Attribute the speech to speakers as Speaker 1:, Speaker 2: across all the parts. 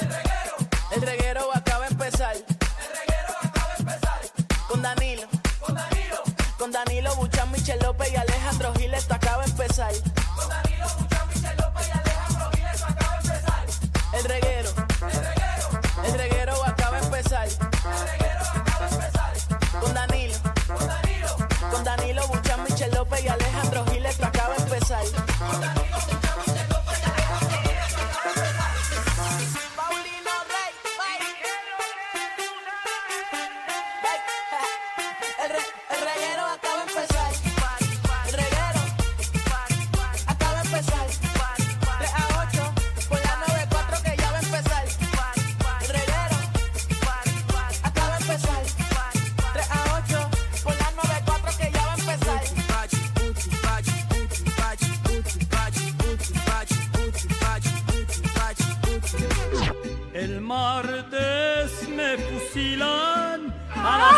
Speaker 1: El reguero acaba de empezar. El reguero acaba de empezar. Con Danilo. Con Danilo. Con Danilo Buchan, Michel López y Alejandro Giles, esto acaba de empezar. Con Danilo Buchan, Michel López y Alejandro Giles, esto acaba de empezar. El reguero. El reguero. El reguero acaba de empezar. El reguero acaba de empezar. Con Danilo. Con Danilo. Con Danilo Buchan, Michel López y Alejandro Giles, esto acaba de empezar. Paulino Rey, El, re, el reguero acaba de empezar. El reguero acaba de empezar. 3 a 8 por la 94 que ya va a empezar. El reguero acaba de empezar. 3 a 8 por la 94 que ya va a empezar.
Speaker 2: El martes me fusilan a las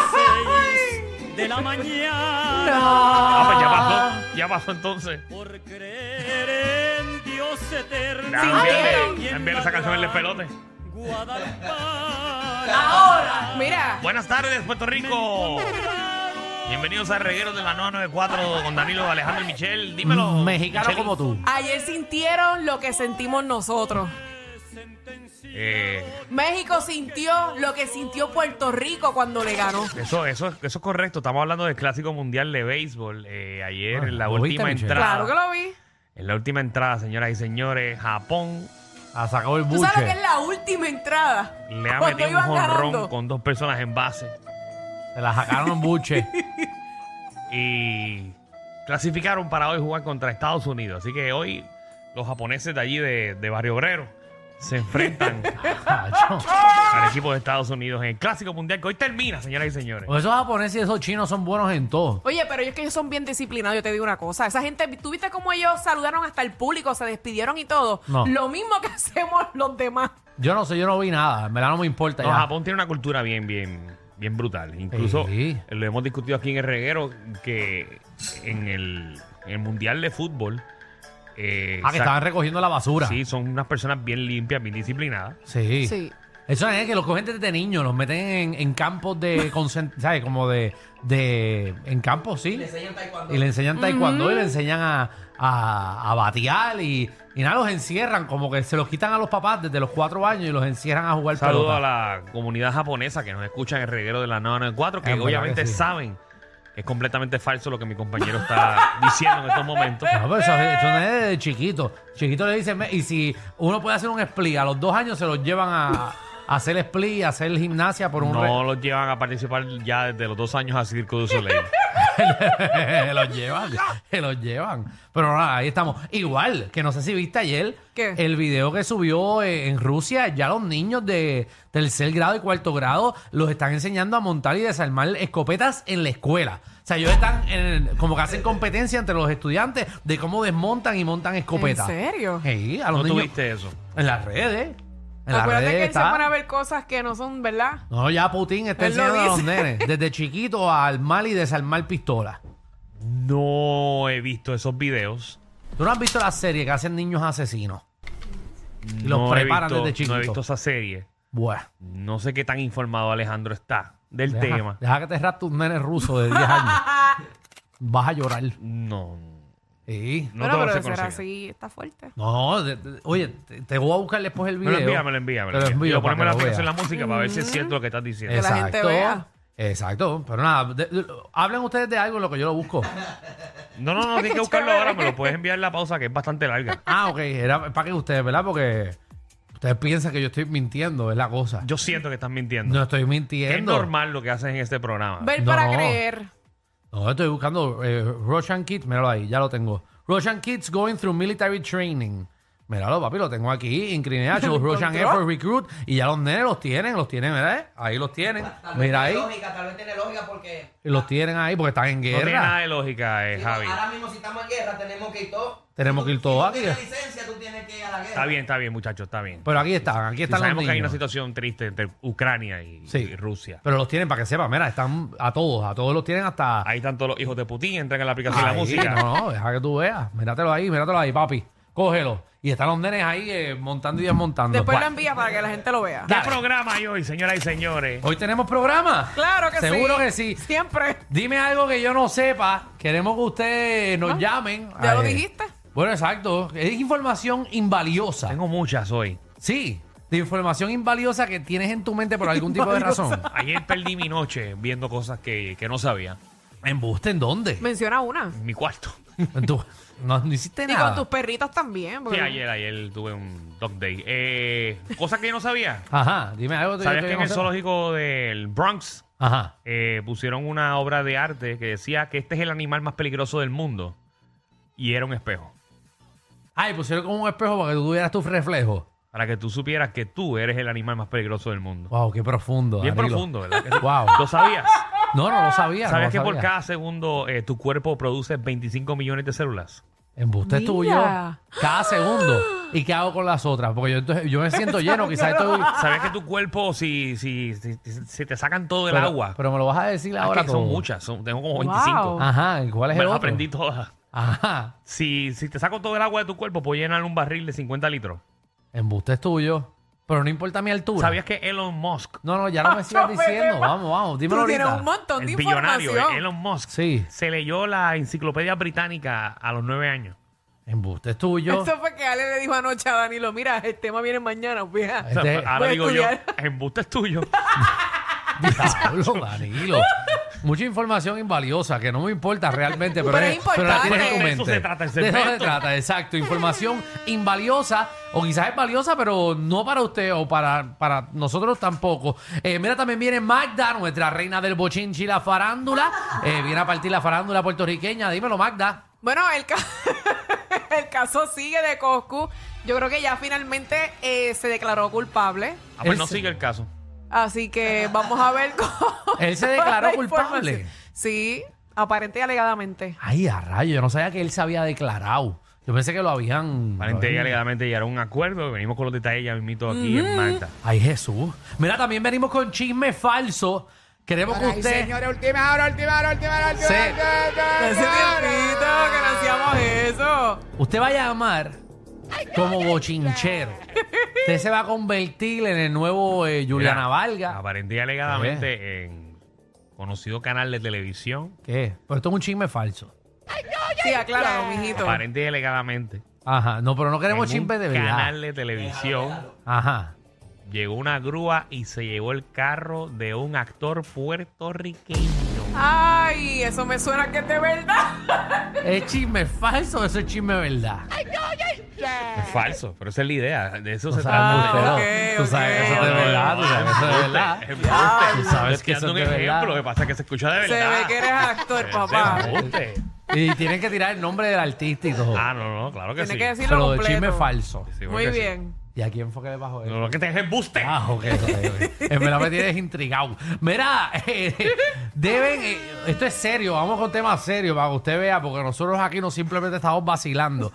Speaker 2: seis de la mañana.
Speaker 3: Ah, pues ya pasó, ya pasó entonces.
Speaker 2: Por creer en Dios eterno.
Speaker 3: Ya, Ah, envíale, envíale esa canción en el pelote.
Speaker 2: Guadalajara.
Speaker 4: Mira,
Speaker 3: Buenas tardes, Puerto Rico. Bienvenidos a Reguero de la 994 con Danilo Alejandro y Michel. Dímelo.
Speaker 5: Mm, Mexicano
Speaker 3: Michel.
Speaker 5: como tú.
Speaker 4: ayer sintieron lo que sentimos nosotros.
Speaker 3: Eh,
Speaker 4: México sintió lo que sintió Puerto Rico cuando le ganó.
Speaker 3: eso, eso, eso es correcto. Estamos hablando del clásico mundial de béisbol. Eh, ayer,
Speaker 5: Ah,
Speaker 3: en la
Speaker 5: ¿lo viste,
Speaker 3: última
Speaker 5: Michel?
Speaker 3: entrada.
Speaker 4: Claro que lo vi.
Speaker 3: En la última entrada, señoras y señores, Japón
Speaker 5: Ha sacado el
Speaker 4: ¿Tú sabes lo que es
Speaker 5: buche.
Speaker 4: la última entrada?
Speaker 3: le ha
Speaker 4: Cuando
Speaker 3: metido un
Speaker 4: iban
Speaker 3: jonrón
Speaker 4: ganando.
Speaker 3: con dos personas en base.
Speaker 5: Se la sacaron en buche.
Speaker 3: y clasificaron para hoy jugar contra Estados Unidos. Así que hoy los japoneses de allí de, de Barrio Obrero se enfrentan
Speaker 5: Cacho.
Speaker 3: al equipo de Estados Unidos en el Clásico Mundial que hoy termina, señoras y señores.
Speaker 5: Pues esos japoneses y esos chinos son buenos en todo.
Speaker 4: Oye, pero ellos que ellos son bien disciplinados, yo te digo una cosa. Esa gente, ¿tú viste cómo ellos saludaron hasta el público, se despidieron y todo?
Speaker 5: No.
Speaker 4: Lo mismo que hacemos los demás.
Speaker 5: Yo no sé, yo no vi nada. En verdad no me importa.
Speaker 3: No,
Speaker 5: ya.
Speaker 3: Japón tiene una cultura bien, bien, bien brutal. Incluso
Speaker 5: Sí.
Speaker 3: eh, lo hemos discutido aquí en el reguero que en el, en el Mundial de Fútbol... eh,
Speaker 5: Ah, que
Speaker 3: sac-
Speaker 5: estaban recogiendo la basura.
Speaker 3: Sí, son unas personas bien limpias, bien disciplinadas.
Speaker 5: Sí.
Speaker 4: Sí.
Speaker 5: Eso es que los cogen desde niños, los meten en, en campos de concentración, ¿sabes? Como de, de... En campos, sí. Y le enseñan taekwondo. Y le enseñan y le enseñan a, a, a batear y, y nada, los encierran. Como que se los quitan a los papás desde los cuatro años y los encierran a jugar
Speaker 3: Saludo
Speaker 5: pelota.
Speaker 3: a la comunidad japonesa que nos escucha en el reguero de la 994,
Speaker 5: Es
Speaker 3: que
Speaker 5: Ah, verdad
Speaker 3: obviamente
Speaker 5: que sí.
Speaker 3: saben que es completamente falso lo que mi compañero está diciendo en estos momentos.
Speaker 5: No, pero eso, eso no es desde chiquito. Chiquito le dicen, "Me- y si uno puede hacer un split, a los dos años se los llevan a, a hacer split, a hacer gimnasia por un
Speaker 3: No los llevan a participar ya desde los dos años a Circo du Soleil.
Speaker 5: re- los llevan, se los llevan. Pero nada, ahí estamos. Igual, que no sé si viste ayer
Speaker 4: ¿Qué?
Speaker 5: el video que subió eh, en Rusia, ya los niños de tercer grado y cuarto grado los están enseñando a montar y desarmar escopetas en la escuela. O sea, ellos están en- como que hacen competencia entre los estudiantes de cómo desmontan y montan escopetas.
Speaker 4: serio?
Speaker 5: Sí, a los
Speaker 3: ¿No
Speaker 5: niños.
Speaker 3: tuviste eso?
Speaker 5: En las redes. En las
Speaker 4: Acuérdate
Speaker 5: redes
Speaker 4: que él se
Speaker 5: está.
Speaker 4: pone a ver cosas que no son, ¿verdad?
Speaker 5: No, ya Putin está
Speaker 4: Él lo
Speaker 5: enseñando a los
Speaker 4: dice.
Speaker 5: nenes desde chiquito a armar y desarmar pistolas.
Speaker 3: No he visto esos videos.
Speaker 5: ¿Tú no has visto la serie que hacen niños asesinos? Y los
Speaker 3: no he
Speaker 5: preparan desde
Speaker 3: visto- No he
Speaker 5: chiquito.
Speaker 3: visto esa serie.
Speaker 5: Bueno.
Speaker 3: No sé qué tan informado Alejandro está del
Speaker 5: deja,
Speaker 3: tema.
Speaker 5: Deja que te rapte un nene ruso de 10 años. Vas a llorar.
Speaker 3: No,
Speaker 5: Sí.
Speaker 3: No
Speaker 4: bueno,
Speaker 3: todos
Speaker 4: pero
Speaker 3: se
Speaker 4: de ser
Speaker 3: consiguen.
Speaker 4: así está fuerte.
Speaker 5: No, de- de- oye, te, te voy a buscar después el
Speaker 3: Me
Speaker 5: video.
Speaker 3: lo envía, me lo envía. Me lo
Speaker 5: Te lo
Speaker 3: envía. Y
Speaker 5: envío
Speaker 3: lo
Speaker 5: para
Speaker 3: ponemos en la
Speaker 5: que lo
Speaker 3: aplicación de la
Speaker 5: veas.
Speaker 3: música para ver si es cierto lo que estás diciendo.
Speaker 4: Que la gente
Speaker 5: Exacto.
Speaker 4: vea.
Speaker 5: Exacto, pero nada, de- de- hablen ustedes de algo en lo que yo lo busco.
Speaker 3: No, no, no, tienes
Speaker 4: Qué
Speaker 3: que buscarlo
Speaker 4: chévere.
Speaker 3: ahora. Me lo puedes enviar en la pausa que es bastante larga.
Speaker 5: Ah, ok, era para que ustedes, ¿verdad? Porque ustedes piensan que yo estoy mintiendo, es la cosa.
Speaker 3: Yo siento que estás mintiendo.
Speaker 5: no estoy
Speaker 3: Que es
Speaker 5: mintiendo.
Speaker 3: normal lo que haces en este programa.
Speaker 4: Ver
Speaker 5: No,
Speaker 4: para
Speaker 5: no.
Speaker 4: creer.
Speaker 5: No, estoy buscando eh, Russian Kids, míralo ahí, ya lo tengo. Russian Kids going through military training. Míralo, papi, lo tengo aquí, in Crimea, shows Russian
Speaker 4: encontró?
Speaker 5: Effort Recruit, y ya los nenes los tienen, los tienen, ¿verdad? Ahí los tienen, mira ahí,
Speaker 6: lógica, tal vez tiene lógica porque
Speaker 5: los tienen ahí porque están en
Speaker 3: no tiene nada
Speaker 5: guerra.
Speaker 3: de lógica, eh,
Speaker 6: digo,
Speaker 3: Javi.
Speaker 6: ahora mismo si estamos en guerra tenemos que ir todos.
Speaker 5: Tenemos que ir todos
Speaker 6: Si tú
Speaker 5: a
Speaker 6: tienes
Speaker 5: guerra.
Speaker 6: licencia, tú tienes que ir a la guerra.
Speaker 3: Está bien, está bien, muchachos, está bien.
Speaker 5: Pero aquí están, aquí
Speaker 3: Sí,
Speaker 5: Pues están los
Speaker 3: sabemos que hay una
Speaker 5: niños.
Speaker 3: situación triste entre Ucrania y,
Speaker 5: Sí.
Speaker 3: y Rusia.
Speaker 5: Pero los tienen, para que sepan, mira, están a todos, a todos los tienen hasta...
Speaker 3: Ahí están todos los hijos de Putin, entran en la aplicación de
Speaker 5: Ahí,
Speaker 3: la música.
Speaker 5: No, no, deja que tú veas. Míratelo ahí, míratelo ahí, papi. Cógelo. Y están los nenes ahí eh, montando y desmontando.
Speaker 4: Después lo
Speaker 5: Bueno,
Speaker 4: envía para que la gente lo vea.
Speaker 3: ¿Qué programa hay hoy, señoras y señores?
Speaker 5: Hoy tenemos programa.
Speaker 4: Claro que sí.
Speaker 5: Seguro que sí.
Speaker 4: Siempre.
Speaker 5: Dime algo que yo no sepa. Queremos que ustedes nos llamen.
Speaker 4: ya lo
Speaker 5: Eh,
Speaker 4: dijiste.
Speaker 5: Bueno, exacto. Es información invaliosa.
Speaker 3: Tengo muchas hoy.
Speaker 5: Sí, de información invaliosa que tienes en tu mente por algún tipo de razón.
Speaker 3: Ayer perdí mi noche viendo cosas que, que no sabía.
Speaker 5: ¿Embuste en dónde?
Speaker 4: Menciona una.
Speaker 3: En mi cuarto.
Speaker 5: En tu- no, no hiciste
Speaker 4: Y
Speaker 5: nada.
Speaker 4: con tus perritos también.
Speaker 3: Sí,
Speaker 4: porque-
Speaker 3: ayer, ayer tuve un dog day. Eh, cosas que yo no sabía.
Speaker 5: Ajá, dime algo que
Speaker 3: ¿Sabías
Speaker 5: yo
Speaker 3: que en
Speaker 5: no
Speaker 3: el
Speaker 5: sepa?
Speaker 3: zoológico del Bronx
Speaker 5: Ajá.
Speaker 3: eh, pusieron una obra de arte que decía que este es el animal más peligroso del mundo? Y era un espejo.
Speaker 5: Ay, pusieron como un espejo para que tú tuvieras tu reflejo.
Speaker 3: Para que tú supieras que tú eres el animal más peligroso del mundo.
Speaker 5: Wow, qué profundo.
Speaker 3: Bien
Speaker 5: Danilo.
Speaker 3: profundo, ¿verdad? que sí?
Speaker 5: Wow.
Speaker 3: ¿Lo sabías?
Speaker 5: No, no lo sabía.
Speaker 3: ¿Sabías que
Speaker 5: no lo
Speaker 3: por
Speaker 5: sabía.
Speaker 3: cada segundo eh, tu cuerpo produce 25 millones de células?
Speaker 5: Embuste
Speaker 4: Mira.
Speaker 5: tuyo. Cada segundo. ¿Y qué hago con las otras? Porque yo, entonces- yo me siento lleno, quizás estoy.
Speaker 3: ¿Sabías que tu cuerpo, si, si, si, si te sacan todo el
Speaker 5: Pero-
Speaker 3: agua,
Speaker 5: Pero me lo vas a decir
Speaker 3: Ah,
Speaker 5: ahora.
Speaker 3: que son
Speaker 5: todo.
Speaker 3: muchas, son- tengo como 25.
Speaker 4: Wow.
Speaker 5: Ajá, ¿y cuál es
Speaker 3: Me
Speaker 5: el
Speaker 3: las
Speaker 5: otro?
Speaker 3: aprendí todas.
Speaker 5: Ajá.
Speaker 3: Si, si te saco todo el agua de tu cuerpo, puedo llenar un barril de 50 litros.
Speaker 5: Embuste tuyo. Pero no importa mi altura.
Speaker 3: ¿Sabías que Elon Musk,
Speaker 5: No, no, ya no me sigas diciendo. Vamos, vamos. Dímelo
Speaker 4: Tú tienes
Speaker 5: ahorita.
Speaker 4: un montón de
Speaker 3: el billonario eh,
Speaker 4: información.
Speaker 3: Elon Musk,
Speaker 5: Sí.
Speaker 3: se leyó la enciclopedia británica a los 9 años?
Speaker 5: Embuste tuyo.
Speaker 4: Eso fue que Ale le dijo anoche a Danilo, mira, el tema viene mañana, fija.
Speaker 3: O sea,
Speaker 5: Este-
Speaker 3: ahora
Speaker 4: Voy a
Speaker 3: digo yo,
Speaker 4: estudiar.
Speaker 3: embuste es tuyo.
Speaker 5: Diablo, Danilo. Mucha información invaliosa que no me importa realmente, pero,
Speaker 4: Pero
Speaker 5: es-
Speaker 4: es
Speaker 5: pero la tienes en tu
Speaker 4: importante.
Speaker 5: mente.
Speaker 3: De eso se trata el
Speaker 5: De eso se
Speaker 3: segmento.
Speaker 5: trata, exacto. Información invaliosa, o quizás es valiosa, pero no para usted o para, para nosotros tampoco. Eh, mira, también viene Magda, nuestra reina del bochinchi, la farándula. Eh, viene a partir la farándula puertorriqueña. Dímelo, Magda.
Speaker 4: Bueno, el, ca- el caso sigue de Coscu. Yo creo que ya finalmente eh, se declaró culpable.
Speaker 3: Ah, pues
Speaker 5: Él
Speaker 3: no
Speaker 5: se-
Speaker 3: sigue el caso.
Speaker 4: Así que vamos a ver cómo.
Speaker 5: Él se declaró
Speaker 4: la información.
Speaker 5: culpable.
Speaker 4: Sí, aparente y alegadamente.
Speaker 5: Ay, a rayo, yo no sabía que él se había declarado. Yo pensé que lo habían.
Speaker 3: Aparentemente
Speaker 5: lo
Speaker 3: y
Speaker 5: habían-
Speaker 3: alegadamente llegaron a un acuerdo. Venimos con los detalles ya mismito aquí en Magda.
Speaker 5: Ay, Jesús. Mira, también venimos con chisme falso. Queremos que usted.
Speaker 6: última hora, última hora, última hora,
Speaker 5: última Sí. hora,
Speaker 4: Hace tiempito que no hacíamos eso.
Speaker 5: Usted va a llamar como bochinchero. Usted se va a convertir en el nuevo eh, Juliana
Speaker 3: Mira, Ah,
Speaker 5: Valga.
Speaker 3: Aparente y alegadamente en conocido canal de televisión.
Speaker 5: ¿Qué? Pero esto es un chisme falso.
Speaker 4: Sí, acláralo, mijito.
Speaker 3: Aparente y alegadamente.
Speaker 5: Ajá. No, pero no queremos
Speaker 3: en un
Speaker 5: chisme de verdad.
Speaker 3: canal de televisión
Speaker 5: Ajá.
Speaker 3: llegó una grúa y se llevó el carro de un actor puertorriqueño.
Speaker 4: Ay, eso me suena que es de verdad.
Speaker 5: ¿Es chisme falso o eso es chisme de verdad?
Speaker 3: Es falso, pero esa es la idea. De eso
Speaker 5: Tú
Speaker 3: se
Speaker 5: sabes,
Speaker 3: trata.
Speaker 4: embustero.
Speaker 5: embustero.
Speaker 4: Ah,
Speaker 5: Tú sabes que
Speaker 4: ok,
Speaker 5: eso
Speaker 4: ok,
Speaker 5: es de
Speaker 4: ok.
Speaker 5: verdad. Tú sabes que eso es de verdad.
Speaker 3: Eh, Embuste, embuste.
Speaker 5: Tú sabes
Speaker 3: Estoy
Speaker 5: que eso
Speaker 3: dando
Speaker 5: es
Speaker 3: un
Speaker 5: de
Speaker 3: ejemplo. Lo que
Speaker 5: verdad.
Speaker 3: pasa es que se escucha de
Speaker 4: Se ve
Speaker 3: verdad.
Speaker 4: que eres actor,
Speaker 3: Ese
Speaker 4: papá.
Speaker 3: embuste.
Speaker 5: Y tienen que tirar el nombre del artista y todo.
Speaker 3: Ah, no, no, claro que
Speaker 4: Tiene
Speaker 3: sí.
Speaker 4: que decirlo
Speaker 5: pero de
Speaker 4: completo.
Speaker 5: chisme falso.
Speaker 3: Sí,
Speaker 4: Muy
Speaker 3: porque sí.
Speaker 4: bien.
Speaker 5: ¿Y a quién fue que le bajó eso?
Speaker 3: No, lo que te es embuste.
Speaker 5: Ah, ok, ok, ok. En verdad me tienes intrigado. Mira, eh, deben. eh, esto es serio, vamos con temas serios para que usted vea, porque nosotros aquí no simplemente estamos vacilando.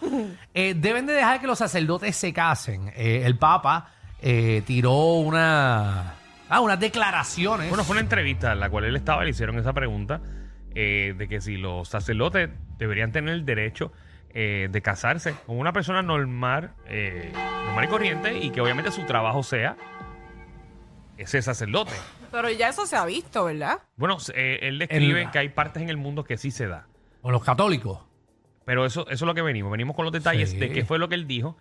Speaker 5: Eh, deben de dejar que los sacerdotes se casen. Eh, el Papa eh, tiró una. Ah, unas declaraciones.
Speaker 3: Bueno, fue una entrevista en la cual él estaba, le hicieron esa pregunta eh, de que si los sacerdotes deberían tener el derecho eh, de casarse con una persona normal, eh, normal y corriente, y que obviamente su trabajo sea ese sacerdote.
Speaker 4: Pero ya eso se ha visto, ¿verdad?
Speaker 3: Bueno, eh, él describe
Speaker 5: El-
Speaker 3: que hay partes en el mundo que sí se da.
Speaker 5: con los católicos.
Speaker 3: Pero eso, eso es lo que venimos. Venimos con los detalles
Speaker 5: Sí.
Speaker 3: de qué fue lo que él dijo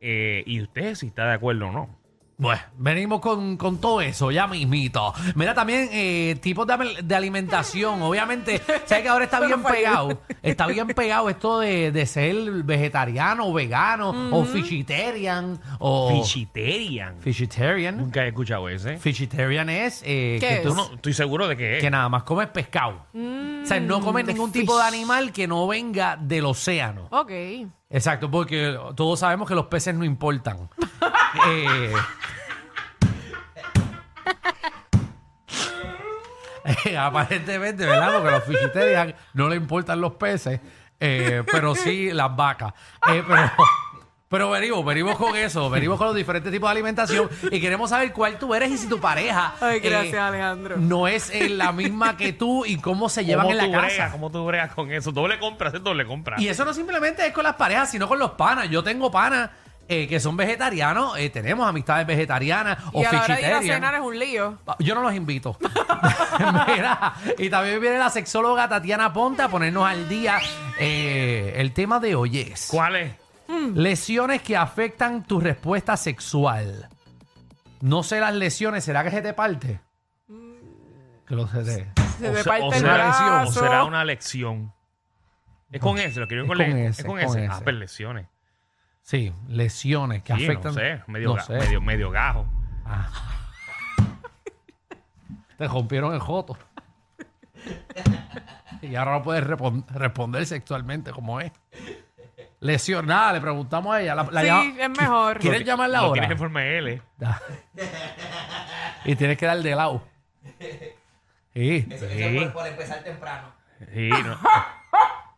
Speaker 3: eh, y usted si está de acuerdo o no.
Speaker 5: Bueno, venimos con, con todo eso, ya mismito. Mira, también eh, tipos de, amel- de alimentación. Obviamente, sabes que ahora está bien pegado. Está bien pegado esto de, de ser vegetariano, o vegano, o fichitarian, o...
Speaker 3: Fichiterian.
Speaker 5: Fichitarian.
Speaker 3: Nunca he escuchado ese.
Speaker 5: Fichitarian es... eh,
Speaker 4: ¿Qué
Speaker 5: que
Speaker 4: es?
Speaker 5: tú
Speaker 3: Yo no- estoy seguro de que es.
Speaker 5: que nada más comes pescado. o sea, no comes
Speaker 4: the
Speaker 5: ningún tipo de
Speaker 4: fish.
Speaker 5: animal que no venga del océano.
Speaker 4: Ok.
Speaker 5: Exacto, porque todos sabemos que los peces no importan. Eh, eh, aparentemente, ¿verdad? Porque a los fichiterias no le importan los peces, eh, pero sí las vacas. Eh, pero, pero venimos, venimos con eso, venimos con los diferentes tipos de alimentación y queremos saber cuál tú eres y si tu pareja
Speaker 4: Ay,
Speaker 5: eh,
Speaker 4: gracias, Alejandro.
Speaker 5: no es eh, la misma que tú y cómo se llevan
Speaker 3: ¿Cómo
Speaker 5: en la
Speaker 3: tú
Speaker 5: casa.
Speaker 3: bregas? ¿Cómo tú bregas con eso? Doble compra, hacer doble compra.
Speaker 5: Y eso no simplemente es con las parejas, sino con los panas. Yo tengo panas eh, que son vegetarianos, eh, tenemos amistades vegetarianas o
Speaker 4: Y a la hora de ir a
Speaker 5: fichitarias.
Speaker 4: cenar es un lío.
Speaker 5: Yo no los invito. Mira, y también viene la sexóloga Tatiana Ponte a ponernos al día. eh, el tema de hoy es
Speaker 3: ¿Cuál es?
Speaker 5: lesiones que afectan tu respuesta sexual. No sé las lesiones, ¿será que se te parte?
Speaker 4: Mm.
Speaker 5: Que lo se te...
Speaker 4: Se
Speaker 3: O
Speaker 4: te
Speaker 3: se-
Speaker 4: parte
Speaker 3: o
Speaker 4: el
Speaker 3: será,
Speaker 4: brazo.
Speaker 3: o será una lección. Es con ese, lo quiero
Speaker 5: Es
Speaker 3: con,
Speaker 5: con
Speaker 3: le-
Speaker 5: ese,
Speaker 3: Es con
Speaker 5: con
Speaker 3: ese. Ah,
Speaker 5: ese.
Speaker 3: pues lesiones.
Speaker 5: Sí, lesiones que
Speaker 3: Sí,
Speaker 5: afectan...
Speaker 3: No sé, medio,
Speaker 5: no
Speaker 3: ga-
Speaker 5: sé.
Speaker 3: Medio, medio gajo.
Speaker 5: Te rompieron el joto. y ahora no puedes repon- responder sexualmente como es. Lesionada, le preguntamos a ella. La, la
Speaker 4: Sí,
Speaker 5: llama-
Speaker 4: es mejor.
Speaker 5: ¿Quieres llamarla
Speaker 3: Lo
Speaker 5: ahora?
Speaker 3: tienes en forma de L.
Speaker 5: y tienes que dar de lado. Sí,
Speaker 6: Eso, eso es por, por empezar temprano.
Speaker 3: Sí, no.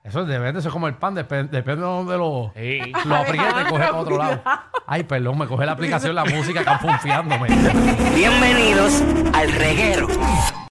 Speaker 5: eso depende, eso es como el pan, depen- depende de dónde lo,
Speaker 3: Sí.
Speaker 5: lo apriete y coge para otro lado. Ay, perdón, me coge la aplicación, la música, acá funfiándome.
Speaker 7: Bienvenidos al reguero.